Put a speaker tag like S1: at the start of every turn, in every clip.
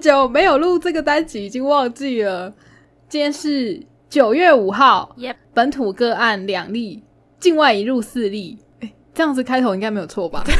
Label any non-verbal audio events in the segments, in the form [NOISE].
S1: 久没有录这个单集，已经忘记了。今天是九月五号
S2: Yep
S1: 本土个案两例，境外引入四例。哎，这样子开头应该没有错吧？ [LAUGHS]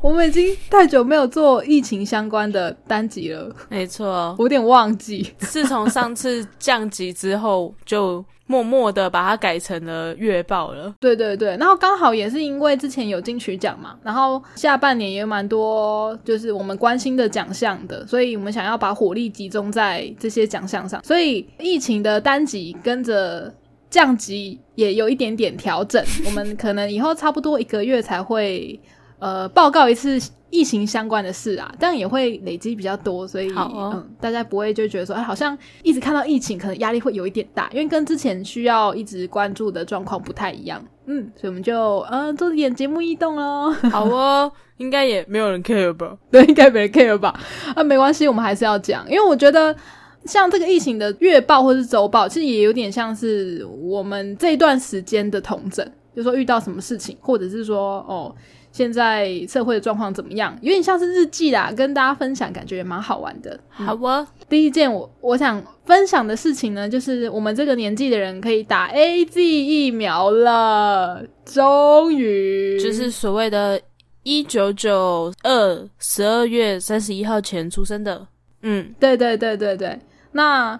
S1: 我们已经太久没有做疫情相关的单集了，
S2: 没错，
S1: 我有点忘记。
S2: 自从上次降级之后，就默默的把它改成了月报 [LAUGHS] 了。
S1: 对对对，然后刚好也是因为之前有金曲奖嘛，然后下半年也蛮多就是我们关心的奖项的，所以我们想要把火力集中在这些奖项上，所以疫情的单集跟着降级也有一点点调整， [LAUGHS] 我们可能以后差不多一个月才会呃报告一次疫情相关的事啊，但也会累积比较多，所以、
S2: 好哦
S1: 嗯，大家不会就觉得说，哎，好像一直看到疫情，可能压力会有一点大，因为跟之前需要一直关注的状况不太一样。嗯，所以我们就嗯做点节目异动喽。
S2: 好哦，应该也没有人 care 吧？
S1: [LAUGHS] 对，应该没人 care 吧？啊，没关系，我们还是要讲，因为我觉得像这个疫情的月报或是周报，其实也有点像是我们这一段时间的统整，就说遇到什么事情，或者是说哦，现在社会的状况怎么样，有点像是日记啦，跟大家分享，感觉也蛮好玩的。
S2: 好哦，
S1: 第一件我我想分享的事情呢，就是我们这个年纪的人可以打 A Z 疫苗了，终于
S2: 就是所谓的“一九九二十二月三十一号前出生的”。嗯，
S1: 对对对对对，那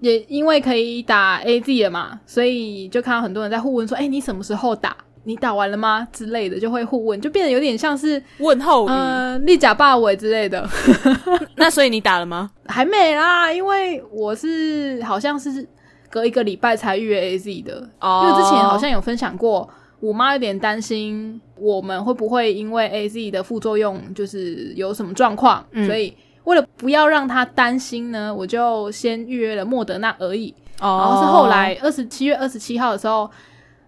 S1: 也因为可以打 A Z 了嘛，所以就看到很多人在互问说：“哎、你什么时候打？你打完了吗？”之类的，就会互问，就变得有点像是
S2: 问候语。
S1: 呃立假霸尾之类的。 [LAUGHS]
S2: 那所以你打了吗？
S1: 还没啦，因为我是好像是隔一个礼拜才预约 A Z 的，
S2: 哦
S1: 因为之前好像有分享过，我妈有点担心我们会不会因为 A Z 的副作用就是有什么状况，
S2: 嗯
S1: 所以为了不要让她担心呢，我就先预约了莫德纳而已。
S2: 哦
S1: 然后是后来二十七月二十七号的时候，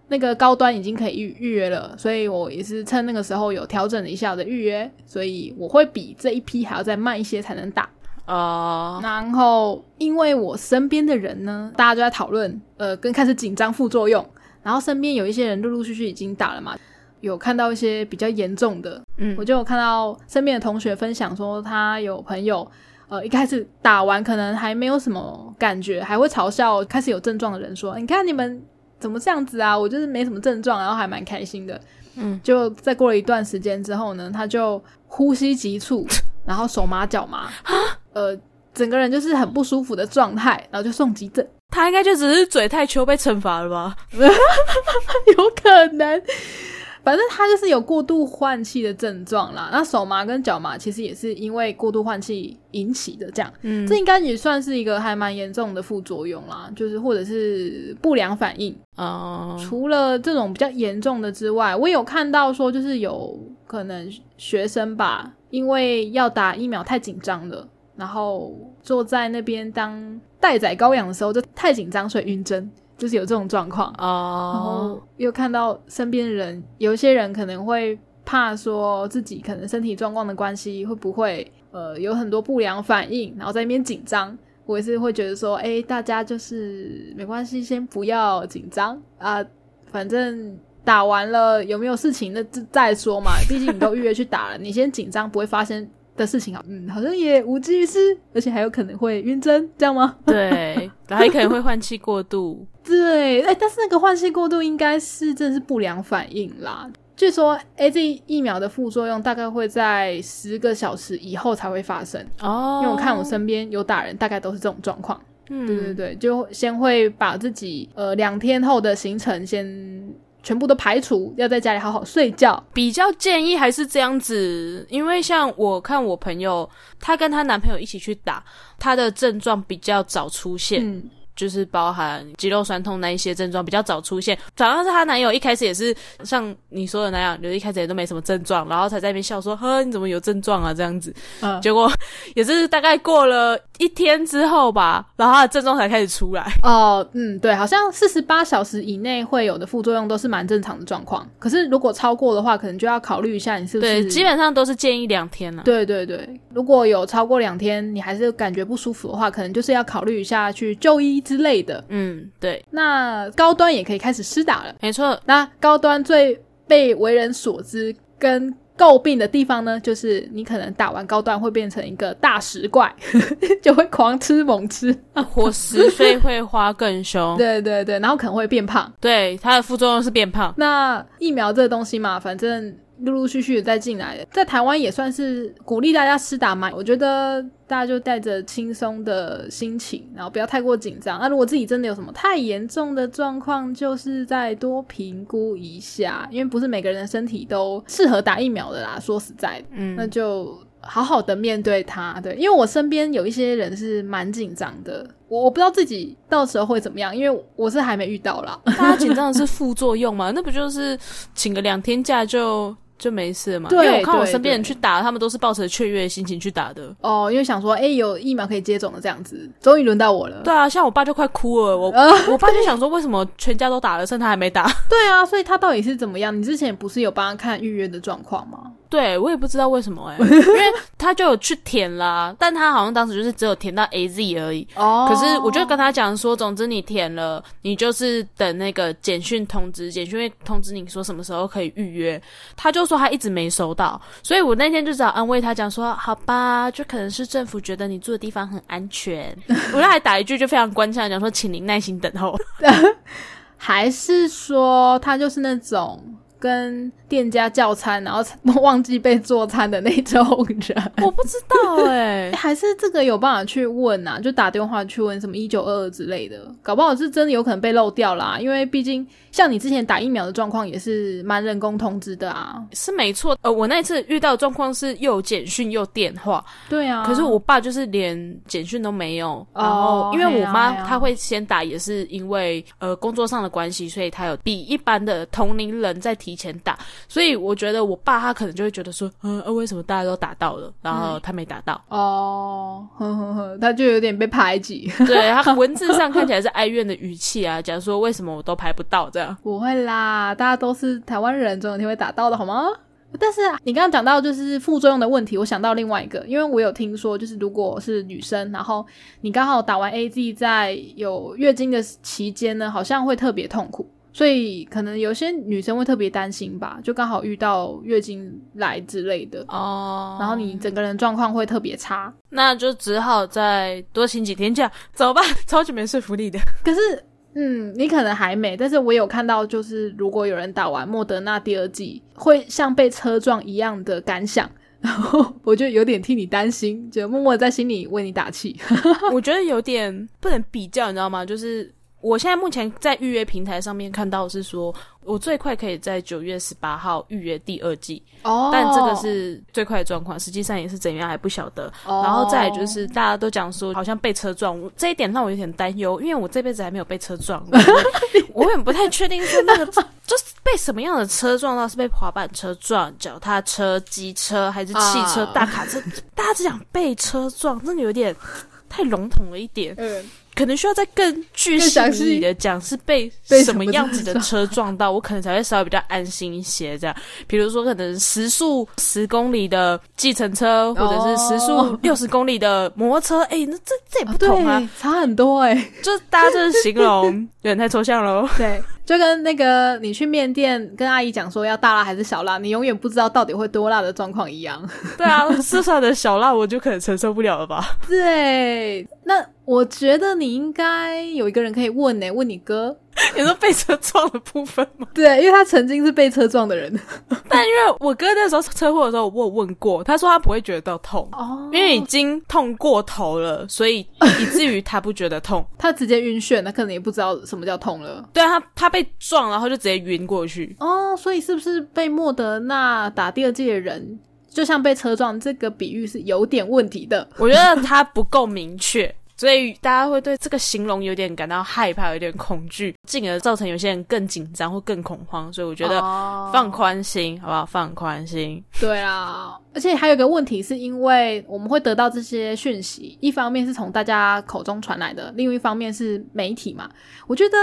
S1: 那个高端已经可以预预约了，所以我也是趁那个时候有调整了一下我的预约，所以我会比这一批还要再慢一些才能打。
S2: 哦，
S1: 然后因为我身边的人呢，大家就在讨论，呃，跟开始紧张副作用，然后身边有一些人陆陆续续已经打了嘛，有看到一些比较严重的，
S2: 嗯
S1: 我就有看到身边的同学分享说，他有朋友，呃，一开始打完可能还没有什么感觉，还会嘲笑开始有症状的人说，你看你们怎么这样子啊，我就是没什么症状，然后还蛮开心的，
S2: 嗯，
S1: 就再过了一段时间之后呢，他就呼吸急促，然后手麻脚麻，
S2: 啊
S1: 呃，整个人就是很不舒服的状态，然后就送急诊。
S2: 他应该就只是嘴太秋被惩罚了吧？
S1: [LAUGHS] 有可能。反正他就是有过度换气的症状啦，那手麻跟脚麻其实也是因为过度换气引起的，这样，
S2: 嗯
S1: 这应该也算是一个还蛮严重的副作用啦，就是或者是不良反应。
S2: 哦，
S1: 除了这种比较严重的之外，我有看到说，就是有可能学生吧，因为要打疫苗太紧张了，然后坐在那边当待宰羔羊的时候就太紧张，所以晕针，就是有这种状况。然
S2: 哦
S1: 后，又看到身边的人，有一些人可能会怕说自己可能身体状况的关系，会不会呃有很多不良反应，然后在那边紧张。我也是会觉得说，哎、大家就是没关系，先不要紧张啊，反正打完了有没有事情那就再说嘛，毕竟你都预约去打了，你先紧张不会发生的事情啊，嗯，好像也无济于事，而且还有可能会晕针，这样吗？
S2: 对，然后也可能会换气过度。
S1: 对，哎、但是那个换气过度应该是真的是不良反应啦。据说 A Z 疫苗的副作用大概会在十个小时以后才会发生，
S2: 哦，
S1: 因为我看我身边有打人，大概都是这种状况。
S2: 嗯，
S1: 对对对，就先会把自己呃两天后的行程先全部都排除，要在家里好好睡觉。
S2: 比较建议还是这样子，因为像我看我朋友，她跟她男朋友一起去打，她的症状比较早出现，
S1: 嗯，
S2: 就是包含肌肉酸痛那一些症状比较早出现。反而是她男友一开始也是像你说的那样，就是一开始也都没什么症状，然后才在那边笑说：“呵，你怎么有症状啊？”这样子，
S1: 呃
S2: 结果也是大概过了一天之后吧，然后她的症状才开始出来。
S1: 哦，嗯，对，好像四十八小时以内会有的副作用都是蛮正常的状况，可是如果超过的话，可能就要考虑一下你是不是
S2: 对，基本上都是建议两天了。
S1: 对对对，如果有超过两天你还是感觉不舒服的话，可能就是要考虑一下去就医之类的。
S2: 嗯，对，
S1: 那高端也可以开始施打了。
S2: 没错，
S1: 那高端最被为人所知跟诟病的地方呢，就是你可能打完高端会变成一个大食怪， [LAUGHS] 就会狂吃猛吃。
S2: [LAUGHS] 我十岁会花更凶，
S1: 对对对，然后可能会变胖。
S2: 对，它的副作用是变胖。
S1: 那疫苗这个东西嘛，反正陆陆续续的再进来，在台湾也算是鼓励大家施打嘛。我觉得大家就带着轻松的心情，然后不要太过紧张。那如果自己真的有什么太严重的状况，就是再多评估一下，因为不是每个人的身体都适合打疫苗的啦。说实在的，那
S2: 嗯，
S1: 就好好的面对它。对，因为我身边有一些人是蛮紧张的，我我不知道自己到时候会怎么样，因为我是还没遇到啦。
S2: 大家紧张的是副作用嘛？那不就是请个两天假就就没事了嘛？
S1: 对
S2: 因为我看我
S1: 对
S2: 身边人
S1: 对
S2: 去打，他们都是抱着雀跃的心情去打的。
S1: 哦，因为想说，哎、有疫苗可以接种了，这样子，终于轮到我了。
S2: 对啊，像我爸就快哭了，我、
S1: 啊
S2: 我爸就想说，为什么全家都打了，剩他还没打？ [LAUGHS]
S1: 对啊，所以他到底是怎么样？你之前不是有帮他看预约的状况吗？
S2: 对我也不知道为什么哎、因为他就有去填啦，但他好像当时就是只有填到 A Z 而已。
S1: 哦
S2: 可是我就跟他讲说，总之你填了，你就是等那个简讯通知，简讯会通知你说什么时候可以预约。他就说他一直没收到，所以我那天就只好安慰他讲说，好吧，就可能是政府觉得你住的地方很安全。我就还打一句就非常官腔地讲说，请您耐心等候。
S1: 还是说他就是那种跟店家叫餐，然后忘记被做餐的那种人？
S2: 我不知道
S1: 诶
S2: 哎、
S1: [LAUGHS] 还是这个有办法去问啊？就打电话去问什么一九二二之类的，搞不好是真的有可能被漏掉啦。因为毕竟像你之前打疫苗的状况也是蛮人工通知的啊。
S2: 是没错，呃，我那一次遇到的状况是又有简讯又电话，
S1: 对啊，
S2: 可是我爸就是连简讯都没有，
S1: 哦
S2: 然后因为我妈
S1: 嘿啊嘿啊
S2: 她会先打，也是因为呃工作上的关系，所以她有比一般的同龄人在提前打，所以我觉得我爸他可能就会觉得说，嗯、呃，为什么大家都打到了，然
S1: 嗯
S2: 后他没打到，
S1: 哦，呵呵呵，他就有点被排挤。 [LAUGHS]
S2: 对他文字上看起来是哀怨的语气啊，讲说为什么我都排不到这样，
S1: 不会啦，大家都是台湾人，总有一天会打到的好吗？但是啊你刚刚讲到就是副作用的问题，我想到另外一个，因为我有听说，就是如果是女生，然后你刚好打完 A Z 在有月经的期间呢，好像会特别痛苦，所以可能有些女生会特别担心吧，就刚好遇到月经来之类的，
S2: 哦
S1: 然后你整个人状况会特别差。
S2: 那就只好再多请几天假，走吧， [LAUGHS] 超级没说服力的。
S1: 可是，嗯，你可能还没，但是我有看到，就是如果有人打完莫德纳第二剂，会像被车撞一样的感想，然后我就有点替你担心，就默默在心里为你打 [LAUGHS] 气。
S2: 我觉得有点不能比较，你知道吗？就是我现在目前在预约平台上面看到的是说，我最快可以在九月十八号预约第二季，
S1: 哦
S2: 但这个，是最快的状况，实际上也是怎样还不晓得。
S1: 哦
S2: 然后再来就，是大家都讲说好像被车撞，我这一点让我有点担忧，因为我这辈子还没有被车撞
S1: [LAUGHS]
S2: 过，我有点不太确定说那个就是被什么样的车撞到，是被滑板车撞、脚踏车、机车还是汽车、
S1: 啊
S2: 大卡车？大家只讲被车撞，真的有点太笼统了一点。
S1: 嗯，
S2: 可能需要再更具
S1: 更
S2: 细
S1: 详
S2: 迷
S1: 细
S2: 的讲是被
S1: 被
S2: 什么
S1: 什么
S2: 样子的
S1: 车
S2: 车撞到，我可能才会稍微比较安心一些。这样，比如说可能时速十公里的计程车，或者是时速
S1: 哦
S2: 六十公里的摩托车，哎、那这这也不同啊
S1: 对，，差很多哎、
S2: 就是大家这形容 [LAUGHS] 有点太抽象喽。
S1: 对，就跟那个你去面店跟阿姨讲说要大辣还是小辣，你永远不知道到底会多辣的状况一样。
S2: 对啊，四川的小辣我就可能承受不了
S1: [LAUGHS]
S2: 了吧？
S1: 对，那我觉得你应该有一个人可以问呢、问你哥。
S2: 你说被车撞的部分吗？
S1: 对，因为他曾经是被车撞的人。
S2: 但因为我哥那时候车祸的时候，我有问过，他说他不会觉得到痛。
S1: 哦
S2: 因为已经痛过头了，所以以至于他不觉得痛。
S1: [LAUGHS] 他直接晕眩，他可能也不知道什么叫痛了。
S2: 对啊，他他被撞，然后就直接晕过去。
S1: 哦，所以是不是被莫德纳打第二剂的人，就像被车撞，这个比喻是有点问题的？
S2: 我觉得他不够明确， [LAUGHS] 所以大家会对这个形容有点感到害怕，有点恐惧，进而造成有些人更紧张或更恐慌。所以我觉得
S1: 哦
S2: 放宽心，好不好？放宽心。
S1: 对啊，而且还有一个问题，是因为我们会得到这些讯息，一方面是从大家口中传来的，另一方面是媒体嘛。我觉得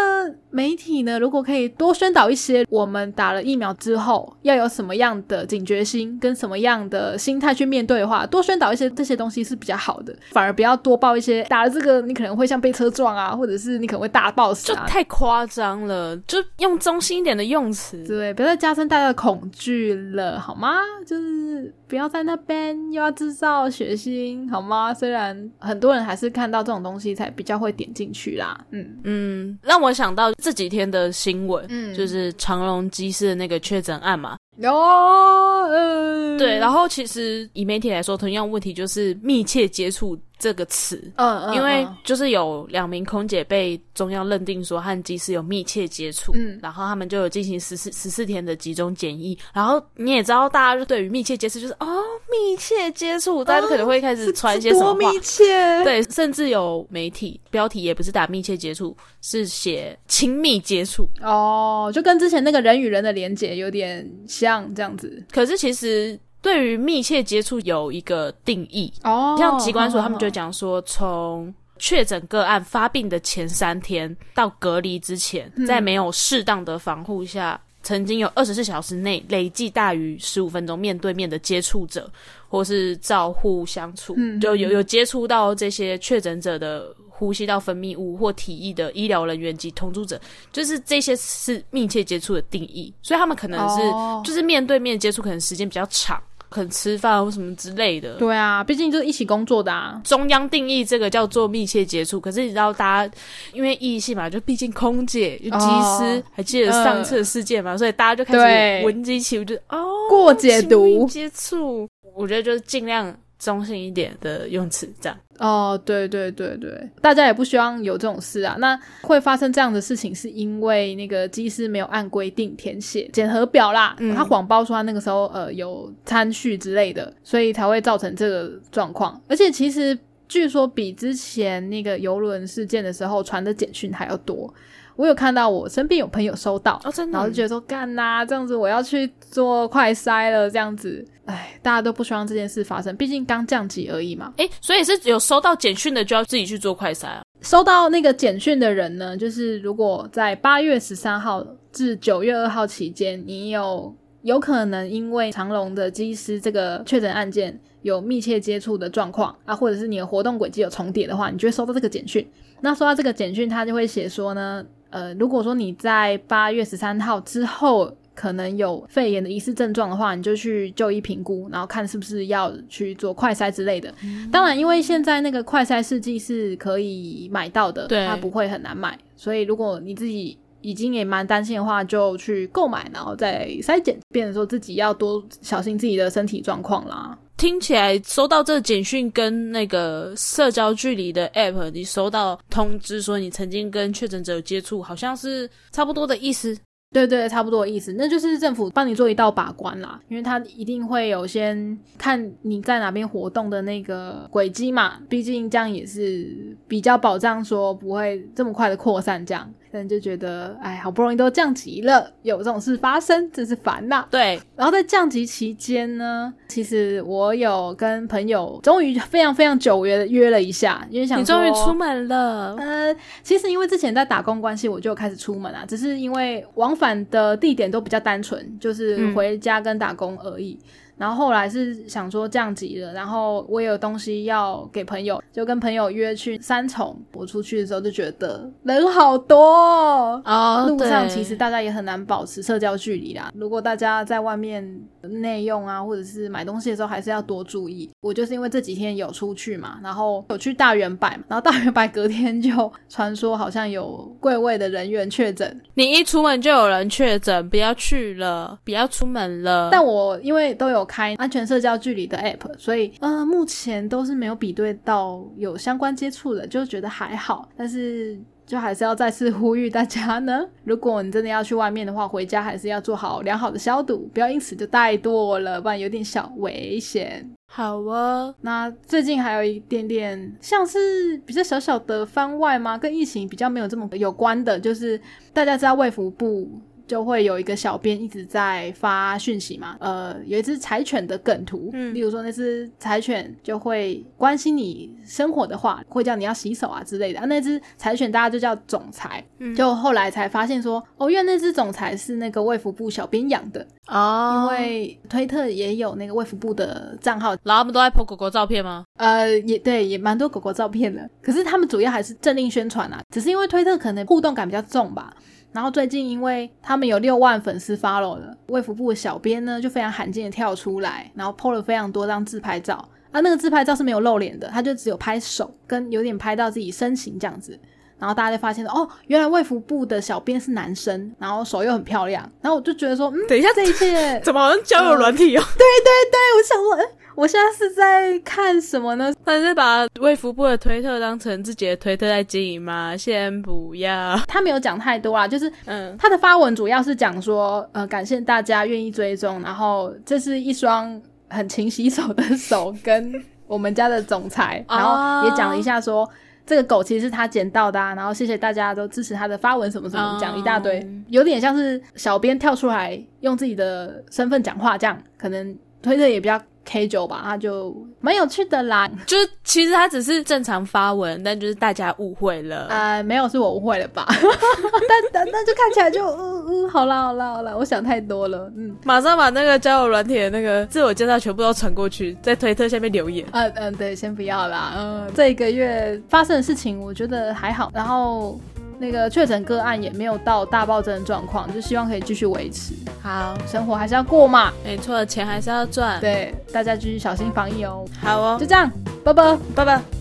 S1: 媒体呢，如果可以多宣导一些我们打了疫苗之后要有什么样的警觉心，跟什么样的心态去面对的话，多宣导一些这些东西是比较好的，反而不要多报一些大家啊，这个你可能会像被车撞啊，或者是你可能会大爆死
S2: 就
S1: 啊，
S2: 太夸张了，就用中心一点的用词。
S1: 对，不要再加深大家的恐惧了，好吗？就是不要在那边又要制造血腥，好吗？虽然很多人还是看到这种东西才比较会点进去啦，嗯
S2: 嗯，让我想到这几天的新闻，
S1: 嗯
S2: 就是长隆机师的那个确诊案嘛。
S1: 哦，呃
S2: 对，然后其实以媒体来说，同样问题就是“密切接触”这个词。
S1: 嗯，嗯
S2: 因为
S1: 嗯
S2: 就是有两名空姐被中央认定说和机师有密切接触，
S1: 嗯
S2: 然后他们就有进行十四十四天的集中检疫。然后你也知道，大家就对于密切接触就是哦，密切接触，大家就可能会开始传一些什
S1: 多
S2: 么话，
S1: 密切，
S2: 对，甚至有媒体标题也不是打密切接触，是写亲密接触。
S1: 哦，就跟之前那个人与人的连接有点像这样子
S2: 可是其实对于密切接触有一个定义，
S1: 哦
S2: 像疾管署他们就讲说，从确诊个案发病的前三天到隔离之前，
S1: 嗯
S2: 在没有适当的防护下，曾经有二十四小时内累计大于十五分钟面对面的接触者，或是照护相处，
S1: 嗯
S2: 就有有接触到这些确诊者的。呼吸道分泌物或体液的医疗人员及同住者，就是这些是密切接触的定义，所以他们可能是、
S1: 哦
S2: 就是面对面接触，可能时间比较长，可能吃饭或什么之类的。
S1: 对啊，毕竟就是一起工作的啊，
S2: 中央定义这个叫做密切接触，可是你知道大家因为异性嘛，就毕竟空姐、有机师
S1: 哦，
S2: 还记得上次的事件嘛，所以大家就开始
S1: 对
S2: 闻鸡起舞，就是哦，
S1: 过解
S2: 亲密
S1: 读
S2: 接触，我觉得就是尽量中性一点的用词，这样。
S1: 哦，对对对对，大家也不希望有这种事啊。那会发生这样的事情，是因为那个机师没有按规定填写检核表啦，
S2: 嗯
S1: 他谎报说他那个时候呃有参序之类的，所以才会造成这个状况。而且其实据说比之前那个游轮事件的时候传的简讯还要多，我有看到我身边有朋友收到，
S2: 哦，真的，
S1: 然后就觉得
S2: 得
S1: 说干呐、这样子我要去做快筛了，这样子，哎，大家都不希望这件事发生，毕竟刚降级而已嘛。
S2: 哎、所以是有收到简讯的就要自己去做快筛啊。
S1: 收到那个简讯的人呢，就是如果在八月十三号至九月二号期间，你有有可能因为长隆的机师这个确诊案件有密切接触的状况啊，或者是你的活动轨迹有重叠的话，你就会收到这个简讯。那收到这个简讯，他就会写说呢，呃，如果说你在八月十三号之后。可能有肺炎的疑似症状的话，你就去就医评估，然后看是不是要去做快筛之类的。当然，因为现在那个快筛试剂是可以买到的，
S2: 对
S1: 它不会很难买，所以如果你自己已经也蛮担心的话，就去购买，然后再筛检，变成说自己要多小心自己的身体状况啦。
S2: 听起来收到这个简讯跟那个社交距离的 app，你收到通知说你曾经跟确诊者有接触，好像是差不多的意思。
S1: 对对，差不多的意思，那就是政府帮你做一道把关啦，因为它一定会有先看你在哪边活动的那个轨迹嘛，毕竟这样也是比较保障说不会这么快的扩散这样。但就觉得，哎，好不容易都降级了，有这种事发生，真是烦呐、
S2: 对，
S1: 然后在降级期间呢，其实我有跟朋友终于非常非常久约约了一下，因为想
S2: 你
S1: 说
S2: 终于出门了，
S1: 呃，其实因为之前在打工关系，我就开始出门啊，只是因为往返的地点都比较单纯，就是
S2: 嗯
S1: 回家跟打工而已。然后后来是想说降级了，然后我也有东西要给朋友，就跟朋友约去三重。我出去的时候就觉得人好多哦、
S2: 哦
S1: 路
S2: 对
S1: 上其实大家也很难保持社交距离啦。如果大家在外面内用啊，或者是买东西的时候，还是要多注意。我就是因为这几天有出去嘛，然后有去大圆百嘛，然后大圆百隔天就传说好像有柜位的人员确诊，
S2: 你一出门就有人确诊，不要去了，不要出门了。
S1: 但我因为都有开安全社交距离的 app，所以呃目前都是没有比对到有相关接触的，就觉得还好，但是。就还是要再次 [LAUGHS] 呼吁大家呢，如果你真的要去外面的话，回家还是要做好良好的消毒，不要因此就怠惰了，不然有点小危险。
S2: 好哦，
S1: 那最近还有一点点像是比较小小的番外吗？跟疫情比较没有这么有关的，就是大家知道卫福部就会有一个小编一直在发讯息嘛，呃，有一只柴犬的梗图，
S2: 嗯
S1: 例如说那只柴犬就会关心你生活的话，会叫你要洗手啊之类的，啊，那只柴犬大家就叫总裁，
S2: 嗯
S1: 就后来才发现说，哦，原来那只总裁是那个卫福部小编养的，因
S2: 哦，
S1: 为推特也有那个卫福部的账号，
S2: 然后他们都在 po 狗狗照片吗？
S1: 呃，也对，也蛮多狗狗照片的。可是他们主要还是政令宣传啊，只是因为推特可能互动感比较重吧。然后最近因为他们有六万粉丝 follow 了，卫福部的小编呢就非常罕见的跳出来，然后 po 了非常多张自拍照啊，那个自拍照是没有露脸的，他就只有拍手跟有点拍到自己身形这样子。然后大家就发现了，哦，原来卫福部的小编是男生，然后手又很漂亮，然后我就觉得说，嗯，
S2: 等一下，
S1: 这一 [LAUGHS] 切
S2: 怎么好像交友软体哦？
S1: [LAUGHS] 我想说，哎，我现在是在看什么呢？
S2: [LAUGHS] 他是把卫福部的推特当成自己的推特在经营吗？先不要。
S1: 他没有讲太多啦，啊就是
S2: 嗯，
S1: 他的发文主要是讲说，呃，感谢大家愿意追踪，然后这是一双很勤洗手的手跟我们家的总裁，
S2: 哦
S1: 然后也讲了一下说。这个狗其实是他捡到的、啊，然后谢谢大家都支持他的发文什么什么，讲一大堆
S2: 嗯
S1: 有点像是小编跳出来用自己的身份讲话这样，可能推特也比较 K 九吧，他就蛮有趣的啦。
S2: 就是其实他只是正常发文，但就是大家误会了。
S1: 呃，没有，是我误会了吧？但但但就看起来就嗯嗯，好啦好啦好啦，我想太多了，嗯。
S2: 马上把那个交友软体的那个自我介绍全部都传过去，在推特下面留言。
S1: [LAUGHS] 嗯嗯，对，先不要啦。嗯，这一个月发生的事情，我觉得还好。然后那个确诊个案也没有到大暴增的状况，就希望可以继续维持。
S2: 好，
S1: 生活还是要过嘛，
S2: 没错，钱还是要赚。
S1: 对，大家继续小心防疫哦。
S2: 好哦
S1: 就，这样，拜拜。
S2: 拜拜。